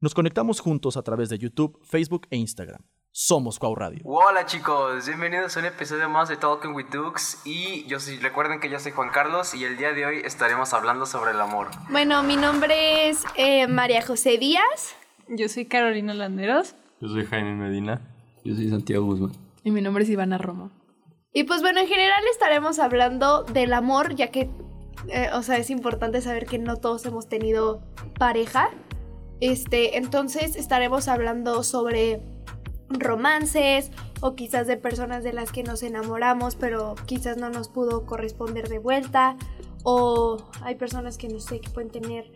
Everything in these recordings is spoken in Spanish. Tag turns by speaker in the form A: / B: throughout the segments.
A: Nos conectamos juntos a través de YouTube, Facebook e Instagram. Somos Cuau Radio.
B: Hola chicos, bienvenidos a un episodio más de Talking with Dukes y yo soy, recuerden que yo soy Juan Carlos y el día de hoy estaremos hablando sobre el amor.
C: Bueno, mi nombre es eh, María José Díaz.
D: Yo soy Carolina Landeros.
E: Yo soy Jaime Medina.
F: Yo soy Santiago Guzmán.
G: Y mi nombre es Ivana Romo.
C: Y pues bueno, en general estaremos hablando del amor, ya que, eh, o sea, es importante saber que no todos hemos tenido pareja. Este, entonces estaremos hablando sobre romances o quizás de personas de las que nos enamoramos, pero quizás no nos pudo corresponder de vuelta. O hay personas que no sé, que pueden tener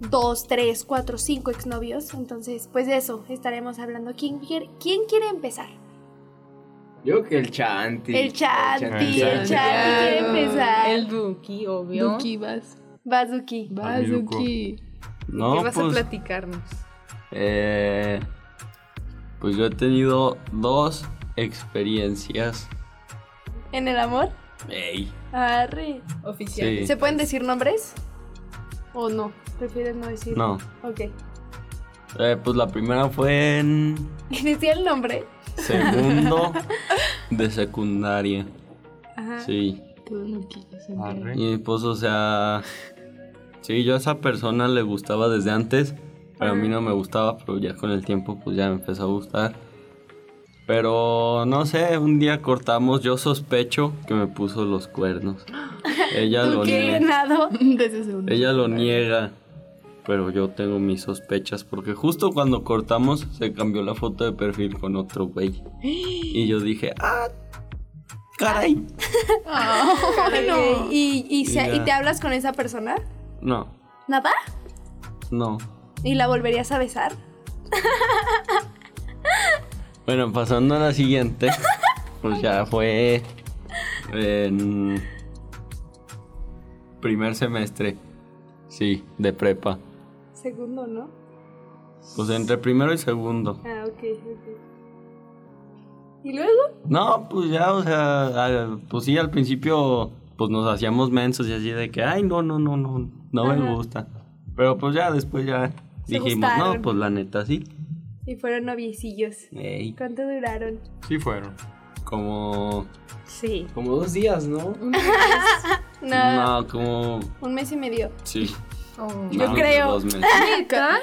C: dos, tres, cuatro, cinco exnovios. Entonces, pues de eso estaremos hablando. ¿Quién quiere, quién quiere empezar?
F: Yo creo que el Chanti.
C: El Chanti,
E: Chanti.
C: el Chanti quiere empezar.
D: El Duki, obvio.
G: Duki, vas.
C: Vas, Duki.
G: Vas,
E: Duco.
G: Duki.
D: ¿Qué
F: No,
D: vas a
F: pues,
D: platicarnos?
F: eh, pues yo he tenido dos experiencias.
C: ¿En el amor?
F: Ey,
C: Arre.
D: Oficial.
F: sí.
C: ¿Se pueden decir nombres?
G: ¿O no?
C: Prefieren no decir.
F: No,
C: Ok.
F: Eh, pues la primera fue en
C: Decía el nombre.
F: segundo de secundaria.
C: Ajá.
F: Sí.
G: Todo lo que yo sentía.
E: Arre.
F: Y pues, o sea, sí, yo a esa persona le gustaba desde antes, pero a mí no me
G: Ah.
F: gustaba, pero ya con el tiempo pues ya me empezó a gustar. Pero no sé, un día cortamos, yo sospecho que me puso los cuernos. Ella lo
C: Qué
F: niega.
C: nado.
G: Desde segundo.
F: Ella lo niega. Pero yo tengo mis sospechas porque justo cuando cortamos se cambió la foto de perfil con otro güey. Y yo dije, "Ah, caray."
C: Ay,
G: no.
C: ¿Y, y, se-
F: Ya.
C: ¿Y te hablas con esa persona?
F: No,
C: ¿Nada?
F: no.
C: ¿Y la volverías a besar?
F: Bueno, pasando a la siguiente, pues ya fue en primer semestre, sí, de prepa.
C: Segundo, ¿no?
F: Pues entre primero y segundo.
C: Ah, ok, ¿Y luego?
F: No, pues ya, o sea, al- pues sí, al principio pues nos hacíamos mensos y así de que, ay, no, no, no, no, no me gusta. Pero pues ya después ya
C: Se
F: dijimos,
C: gustaron.
F: no, pues la neta sí.
C: Y fueron noviecillos.
F: Ey,
C: ¿Cuánto duraron?
E: Sí fueron.
F: como...
D: Sí.
F: Como dos días, ¿no? No, como...
C: Un mes y medio.
F: Sí.
D: Oh.
C: Yo
F: no,
C: creo.
F: dos meses.
D: ¿Neta?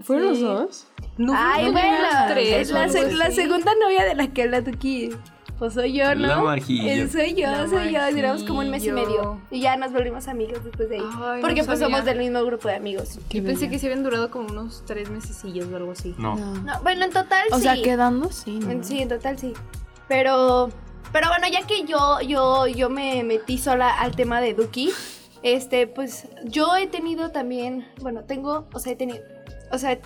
G: ¿Fueron los
C: Sí.
G: dos?
D: No,
C: Ay,
D: no,
C: bueno.
D: eran
C: Es la,
D: o
C: seg-
D: algo
C: la
D: así.
C: segunda novia de la que habla Tuki. Pues soy yo, ¿no?
F: La Marjillo.
C: Eh, soy yo,
D: La
C: soy yo. Duramos como un mes y
D: Marjillo.
C: medio. Y ya nos volvimos amigos después de ahí.
D: Ay,
C: Porque
D: no
C: pues
D: sabía.
C: somos del mismo grupo de amigos.
G: Qué
D: Yo pensé
G: bella.
D: que se habían durado como unos tres mesecillos o algo así.
E: No.
G: No.
C: No, bueno, en total
G: O
C: sí.
G: sea, quedando, sí. ¿no?
C: En- Sí, en total sí. Pero, pero bueno, ya que yo, yo, yo me metí sola al tema de Duki, este, pues yo he tenido también, bueno, tengo, o sea, he tenido, o sea,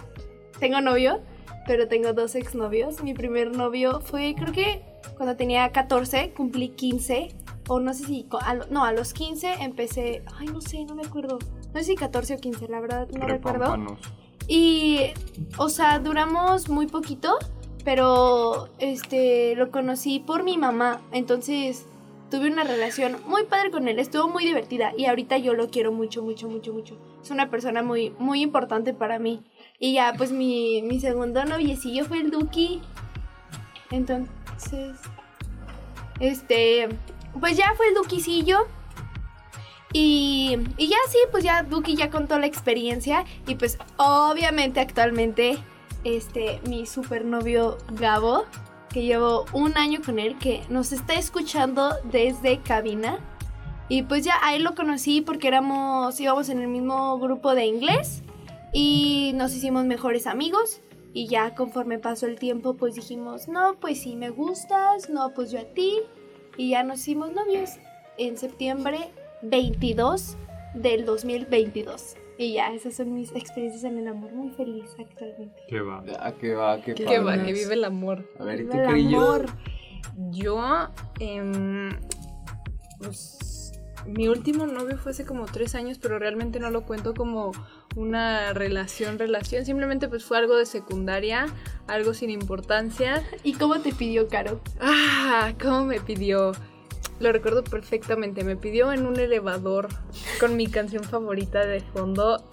C: tengo novio, pero tengo dos exnovios. Mi primer novio fue, creo que cuando tenía 14, cumplí 15, o no sé si, co- a lo- no, a los 15 empecé, ay, no sé, no me acuerdo. No sé si 14 o 15, la verdad, no recuerdo.
E: Repámpanos.
C: Y, o sea, duramos muy poquito, pero este, lo conocí por mi mamá. Entonces, tuve una relación muy padre con él, estuvo muy divertida y ahorita yo lo quiero mucho, mucho, mucho, mucho. Es una persona muy, muy importante para mí. Y ya, pues mi, mi segundo noviecillo fue el Duki. Entonces, este, pues ya fue el Duquicillo. Y, y ya sí, pues ya Duki ya contó la experiencia y pues obviamente actualmente este mi supernovio Gabo, que llevo un año con él, que nos está escuchando desde cabina. Y pues ya a él lo conocí porque éramos, íbamos en el mismo grupo de inglés y nos hicimos mejores amigos. Y ya conforme pasó el tiempo, pues dijimos, no, pues sí me gustas, no, pues yo a ti. Y ya nos hicimos novios en septiembre 22 del 2022. Y ya, esas son mis experiencias en el amor, muy feliz actualmente.
E: Qué va.
F: Ah, que va, que
G: Qué
D: Que
G: Qué
D: va,
G: va,
D: que vive el amor.
F: A ver, ¿y
C: Viva
F: tú,
C: el
F: Crillo?
C: amor.
D: Yo, em, pues, mi último novio fue hace como tres años, pero realmente no lo cuento como una relación, relación. Simplemente pues fue algo de secundaria, algo sin importancia.
C: ¿Y cómo te pidió Caro?
D: Ah, cómo me pidió. Lo recuerdo perfectamente. Me pidió en un elevador con mi canción favorita de fondo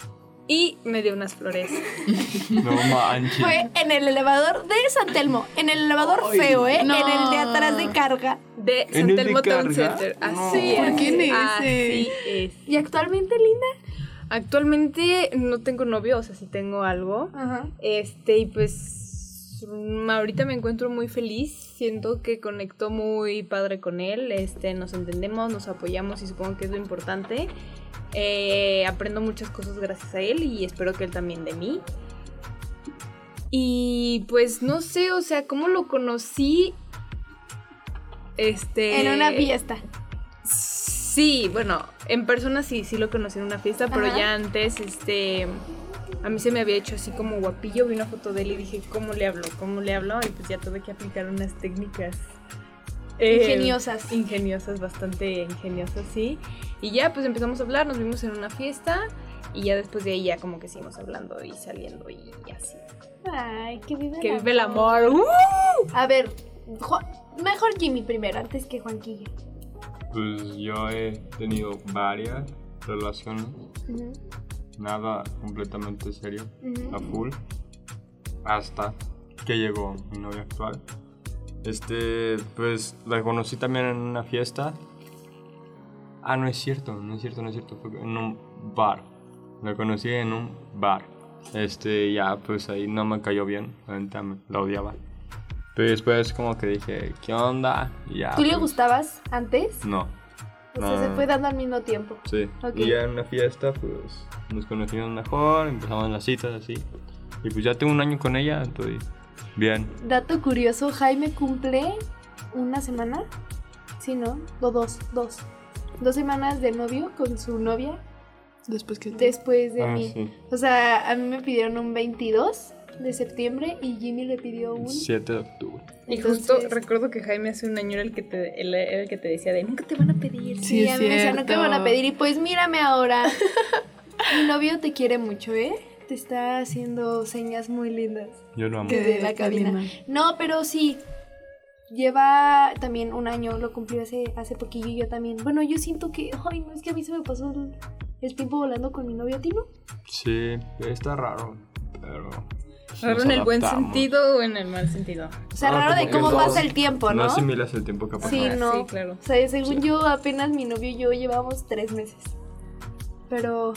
D: y me dio unas flores.
E: No manches.
C: Fue en el elevador de San Telmo, en el elevador feo, ¿eh?
G: no.
C: En el de atrás de carga.
D: De
E: el
D: San
E: de
D: Telmo Town
E: carga?
D: Center.
E: No.
D: Así
G: ¿Por
D: es.
G: qué en ese?
C: Ah,
D: Así es.
C: ¿Y actualmente, Linda?
D: Actualmente no tengo novio, o sea, sí tengo algo.
C: Ajá.
D: Este, y pues mm, ahorita me encuentro muy feliz. Siento que conecto muy padre con él. Este, nos entendemos, nos apoyamos y supongo que es lo importante. Eh, aprendo muchas cosas gracias a él y espero que él también de mí. Y pues no sé, o sea, cómo lo conocí. Este.
C: En una fiesta.
D: Sí, bueno, en persona sí, sí lo conocí en una fiesta, pero
C: Ajá.
D: ya antes, este, a mí se me había hecho así como guapillo, vi una foto de él y dije, ¿cómo le hablo? ¿Cómo le hablo? Y pues ya tuve que aplicar unas técnicas. eh,
C: Ingeniosas.
D: Ingeniosas, bastante ingeniosas, sí. Y ya, pues empezamos a hablar, nos vimos en una fiesta y ya después de ahí ya como que seguimos hablando y saliendo y así.
C: Ay, que vive
D: Que vive el amor. ¡Uh!
C: A ver, Ju- mejor Jimmy primero, antes que Juanquilla.
E: Pues yo he tenido varias relaciones.
C: Ujú,
E: Nada completamente serio.
C: ujú.
E: a full hasta que llegó mi novia actual. Este, pues la conocí también en una fiesta. Ah, no es cierto, no es cierto, no es cierto, fue en un bar. La conocí en un bar. Este, ya, pues ahí no me cayó bien, la neta, me- la odiaba. Pero después como que dije, ¿qué onda? Y ya.
C: ¿Tú le
E: pues,
C: gustabas antes?
E: No.
C: O sea, se
E: No.
C: fue dando al mismo tiempo.
E: Sí.
C: Ok.
E: Y ya en una fiesta, pues nos conocimos mejor, empezamos las citas así. Y pues ya tengo un año con ella, estoy bien.
C: Dato curioso, Jaime cumple una semana, sí, ¿no? O dos, dos. Dos semanas de novio con su novia
G: Después que
C: después de
E: Ah,
C: mí.
E: sí.
C: O sea, a mí me pidieron un 22 de septiembre y Jimmy le pidió un...
E: 7 de octubre.
D: Y justo
C: Entonces-
D: recuerdo que Jaime hace un año era el que te, el- era el que te decía de nunca te van a pedir.
G: Sí,
C: Sí,
G: es
C: a mí me decían, no te
G: cierto.
C: van a pedir. Y pues mírame ahora. Mi novio te quiere mucho, ¿eh? Te está haciendo señas muy lindas.
E: Yo lo amo.
C: ¿Qué? de la cabina. No, pero sí. Lleva también un año, lo cumplí hace, hace poquillo y yo también. Bueno, yo siento que, ay, no, es que a mí se me pasó el, el tiempo volando con mi novio, ¿a ti no?
E: Sí, está raro, pero.
D: Raro
E: nos
D: en el buen
E: adaptamos.
D: sentido o en el mal sentido.
C: O sea,
E: Ah,
C: raro
E: como
C: de
E: que
C: cómo
E: no-
C: pasa el tiempo,
E: No
C: ¿no?
E: asimilas el tiempo que ha pasado.
C: sí, no.
D: Ah, Sí, claro.
C: O sea, según yo, apenas mi novio y yo llevamos tres meses. Pero,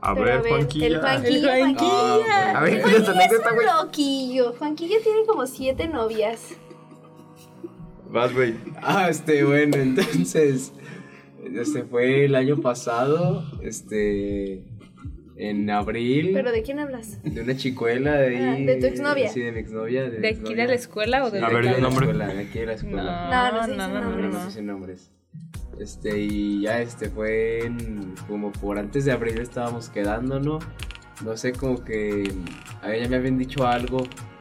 E: A
C: pero
E: ver,
C: el
E: Juanquilla.
C: Juanquilla,
D: El Juanquilla.
E: Ah, a ver,
C: Juanquilla
E: esa anécdota,
C: es un
E: güey.
C: loquillo. Juanquilla tiene como siete novias.
E: Vas, güey.
H: Ah, este, bueno, entonces, este fue el año pasado, este, en abril,
C: ¿Pero de quién hablas?
H: de una chicuela de
C: Ah,
H: ahí.
C: ¿de tu exnovia?
H: Sí, de mi exnovia.
D: ¿De aquí de la escuela o de
E: A ver,
H: de
E: el
H: la
E: nombre.
H: escuela, de aquí de la escuela.
D: No,
C: No, no se
D: no,
C: dice
D: no,
H: Pero
D: no,
H: no,
D: no.
H: sé si nombres. Este, y ya este fue en- como por antes de abril estábamos quedando, ¿no? No sé, como que a ella me habían dicho algo,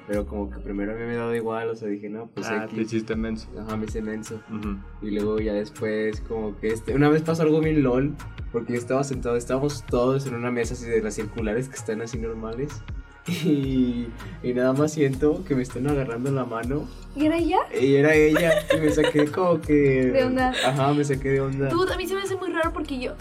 H: pero como que primero a mí me daba igual, o sea, dije, no, pues
E: ah, te
H: aquí.
E: hiciste menso.
H: Ajá, me hice menso.
E: Ujú.
H: Y luego ya después como que este, una vez pasó algo bien lol, porque yo estaba sentado, estábamos todos en una mesa así de las circulares que están así normales. Y, y nada más siento que me están agarrando la mano.
C: ¿Y era ella?
H: Y era ella. Y me saqué como que...
C: De onda.
H: Ajá, me saqué de onda.
C: Dude, a mí se me hace muy raro porque yo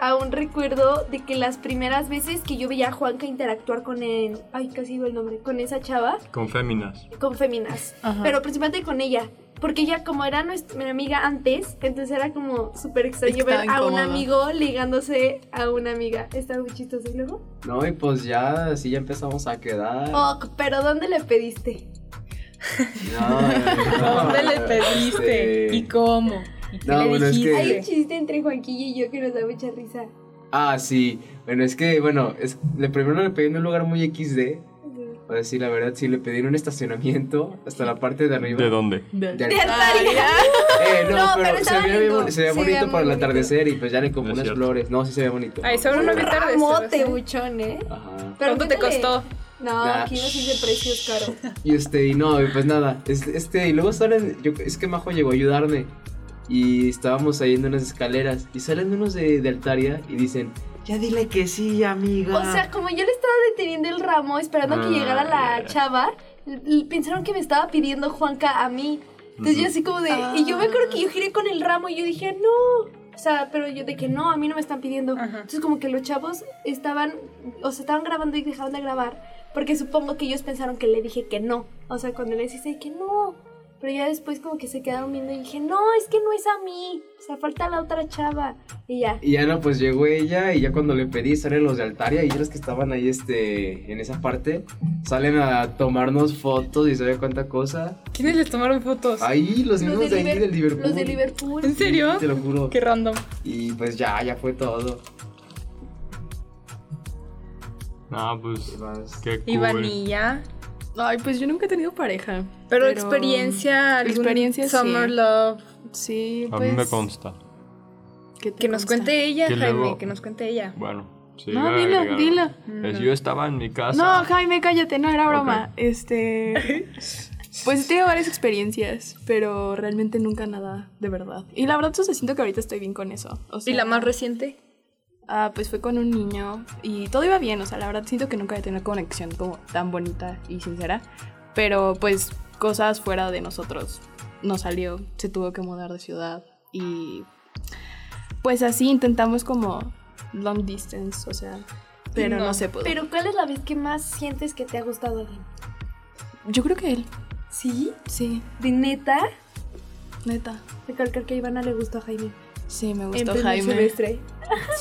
C: aún recuerdo de que las primeras veces que yo veía a Juanca interactuar con él, ay, casi digo el nombre, con esa chava,
E: Con féminas.
C: con Feminas,
G: Ajá.
C: pero principalmente con ella. Porque ella, como era nuestra, mi amiga antes, entonces era como súper extraño
G: Estaba
C: ver a un
G: incómoda.
C: amigo ligándose a una amiga. Está muy chistoso. ¿Y luego?
H: No, y pues ya, así ya empezamos a quedar.
C: Oh, pero ¿dónde le pediste?
H: No, no,
D: ¿Dónde le
H: no,
D: pediste?
H: este,
D: ¿Y cómo? ¿Y qué
H: No,
D: le
H: bueno, es que-
D: dijiste?
C: Hay un chiste entre Juanquilla y yo que nos da mucha risa.
H: Ah, sí. Bueno, es que, bueno, es, le primero le pedí en un lugar muy XD. O sea, sí, la verdad, sí, le pedí en un estacionamiento hasta la parte de arriba.
E: ¿De dónde?
G: De-
H: De-
C: ¡Te estaría!
H: Eh, no,
C: No,
H: pero,
C: pero
H: se
C: estaba
H: veía, bien
C: lindo.
H: boni- se veía
C: Se veía
H: bonito
C: muy
H: para el
C: bonito.
H: atardecer y pues ya le
E: No es
H: compré unas
E: cierto.
H: flores. No, sí se ve bonito.
D: Ay, seguro no vi tarde.
C: Ramote,
D: ¿sabes?
C: buchón, ¿eh?
H: Ajá.
D: ¿Cuánto te
C: Pregúntale.
D: costó?
C: No,
H: Nah.
C: aquí no se dice precios caros.
H: Y este, y no, y pues nada. es- Este, y luego salen. Yo, es que Majo llegó a ayudarme. Y estábamos ahí en unas escaleras. Y salen unos de, de Altaria y dicen: Ya dile que sí, amiga.
C: O sea, como yo le estaba deteniendo el ramo esperando que
E: Ah,
C: llegara la
E: ya.
C: chava, l- l- pensaron que me estaba pidiendo Juanca a mí. Entonces yo así como de... Y yo me acuerdo que yo giré con el ramo y yo dije, no. O sea, pero yo de que no, a mí no me están pidiendo.
D: Ajá.
C: Entonces como que los chavos estaban, o sea, estaban grabando y dejaban de grabar. Porque supongo que ellos pensaron que le dije que no. O sea, cuando le dije que no. Pero ya después como que se quedaron viendo y dije, no, es que no es a mí. O sea, falta la otra chava. Y ya.
H: Y ya no, pues llegó ella y ya cuando le pedí salen los de Altaria y los que estaban ahí este, en esa parte, salen a tomarnos fotos y sabe cuánta cosa.
D: ¿Quiénes les tomaron fotos?
H: Ahí los mismos de, ahí
C: Liber-
H: del Liverpool.
C: Los de Liverpool.
D: ¿En serio?
H: Te lo juro.
D: Qué random.
H: Y pues ya, ya fue todo.
E: No, pues.
H: ¿Qué más?
E: Qué
D: Y
E: cool.
D: Vanilla.
G: Ay, pues yo nunca he tenido pareja.
D: Pero, experiencia, algún
G: experiencia, sí.
D: Summer Love.
G: Sí,
E: A
G: pues.
E: mí me consta.
G: ¿qué te
D: Que nos
G: consta?
D: cuente ella,
E: Que
D: Jaime,
E: luego-
D: que nos cuente ella.
E: Bueno, sí.
G: No,
E: voy a
G: dilo,
E: agregar.
G: dilo.
E: Es- yo estaba en mi casa.
G: No, Jaime, cállate, no era broma. Este. Pues he tenido varias experiencias, pero realmente nunca nada de verdad. Y la verdad, o sea, siento que ahorita estoy bien con eso. O sea,
D: Y la más reciente.
G: Ah, pues fue con un niño y todo iba bien, o sea, la verdad siento que nunca he tenido una conexión como tan bonita y sincera, pero pues cosas fuera de nosotros no salió, se tuvo que mudar de ciudad y pues así intentamos como long distance, o sea, pero no, pues.
D: No,
G: se pudo.
C: Pero ¿cuál es la vez que más sientes que te ha gustado alguien?
G: yo creo que él,
C: ¿Sí?
G: sí,
C: ¿De neta?
G: neta,
C: Recalcar que a Ivana le gustó a Jaime.
G: sí, me
C: en
G: gustó
C: primer
G: Jaime.
C: semestre.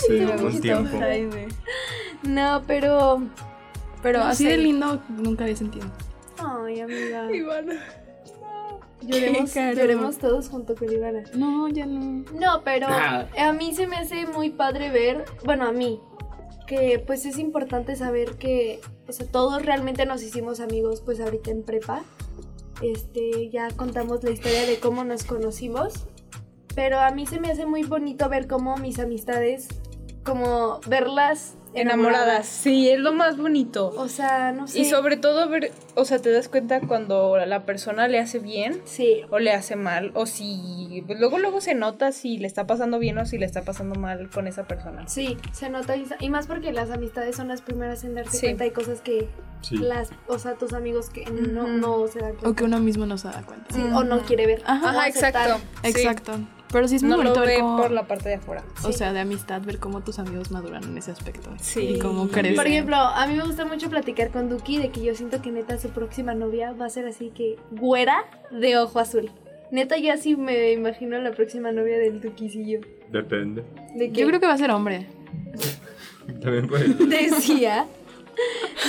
E: Sí,
C: me
E: un
C: gustó
E: tiempo.
C: Jaime. No, pero...
G: Pero
C: No
G: así
C: sé.
G: de lindo nunca había sentido.
C: Ay, amiga.
D: Ivana.
C: Lloremos,
G: Qué caro.
C: lloremos todos junto con Ivana.
G: No, ya no.
C: No, pero a mí se me hace muy padre ver, bueno, a mí, que pues es importante saber que, o sea, todos realmente nos hicimos amigos pues ahorita en prepa. Este, ya contamos la historia de cómo nos conocimos, pero a mí se me hace muy bonito ver cómo mis amistades, como verlas
D: Enamoradas. Sí, es lo más bonito.
C: O sea, no sé.
D: Y sobre todo, ver, o sea, te das cuenta cuando a la persona le hace bien
C: Sí,
D: o le hace mal, o si pues, luego luego se nota si le está pasando bien o si le está pasando mal con esa persona.
C: sí, se nota. Y y más porque las amistades son las primeras en darse
D: Sí.
C: cuenta de cosas que
E: Sí.
C: las, o sea, tus amigos que no,
D: Ujú.
C: no se dan cuenta.
G: O que uno mismo no se da cuenta.
C: Sí, o no
D: Ujú.
C: quiere ver.
G: Ajá,
C: no
D: Ajá,
C: aceptar.
D: exacto. Sí.
G: Exacto. Pero sí es muy
D: No lo
G: bonito ver
D: ve
G: cómo-
D: por la parte de afuera.
C: Sí.
G: O sea, de amistad, ver cómo tus amigos maduran en ese aspecto.
D: Sí.
G: Y cómo crecen.
C: Por ejemplo, a mí me gusta mucho platicar con Duki de que yo siento que neta su próxima novia va a ser así que güera de ojo azul. Neta, yo así me imagino la próxima novia del Duquicillo.
E: Depende.
C: De
G: Yo creo que va a ser hombre.
E: También puede.
C: decía.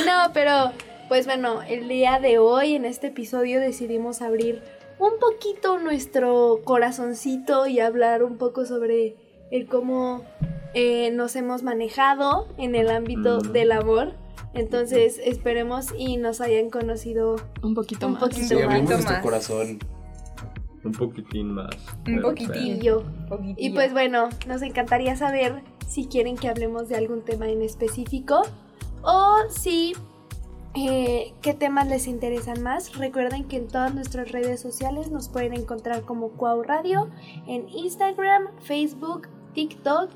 C: No, pero pues bueno, el día de hoy en este episodio decidimos abrir un poquito nuestro corazoncito y hablar un poco sobre el cómo eh, nos hemos manejado en el ámbito
E: Mm.
C: del amor. Entonces esperemos y nos hayan conocido
G: Un poquito
C: Un
G: más.
C: poquito.
H: Sí, abrimos
D: Tomás.
H: nuestro corazón.
E: Un poquitín más.
D: Un
E: Pero,
D: poquitín.
C: y
E: pero,
C: yo.
D: Poquitillo.
C: Y pues bueno, nos encantaría saber si quieren que hablemos de algún tema en específico o si eh, qué temas les interesan más. Recuerden que en todas nuestras redes sociales nos pueden encontrar como Cuau Radio, en Instagram, Facebook, TikTok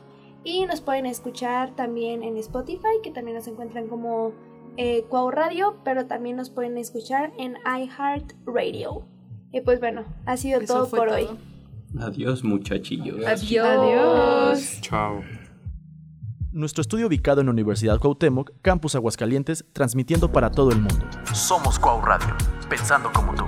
C: y nos pueden escuchar también en Spotify, que también nos encuentran como eh, Cuau Radio, pero también nos pueden escuchar en iHeartRadio. Y pues bueno, ha sido
G: Eso
C: todo
G: fue
C: por hoy.
G: todo.
F: Adiós, muchachillos.
D: Adiós.
G: Adiós.
E: Chao.
A: Nuestro estudio ubicado en la Universidad Cuauhtémoc, Campus Aguascalientes, transmitiendo para todo el mundo. Somos Cuau Radio, pensando como tú.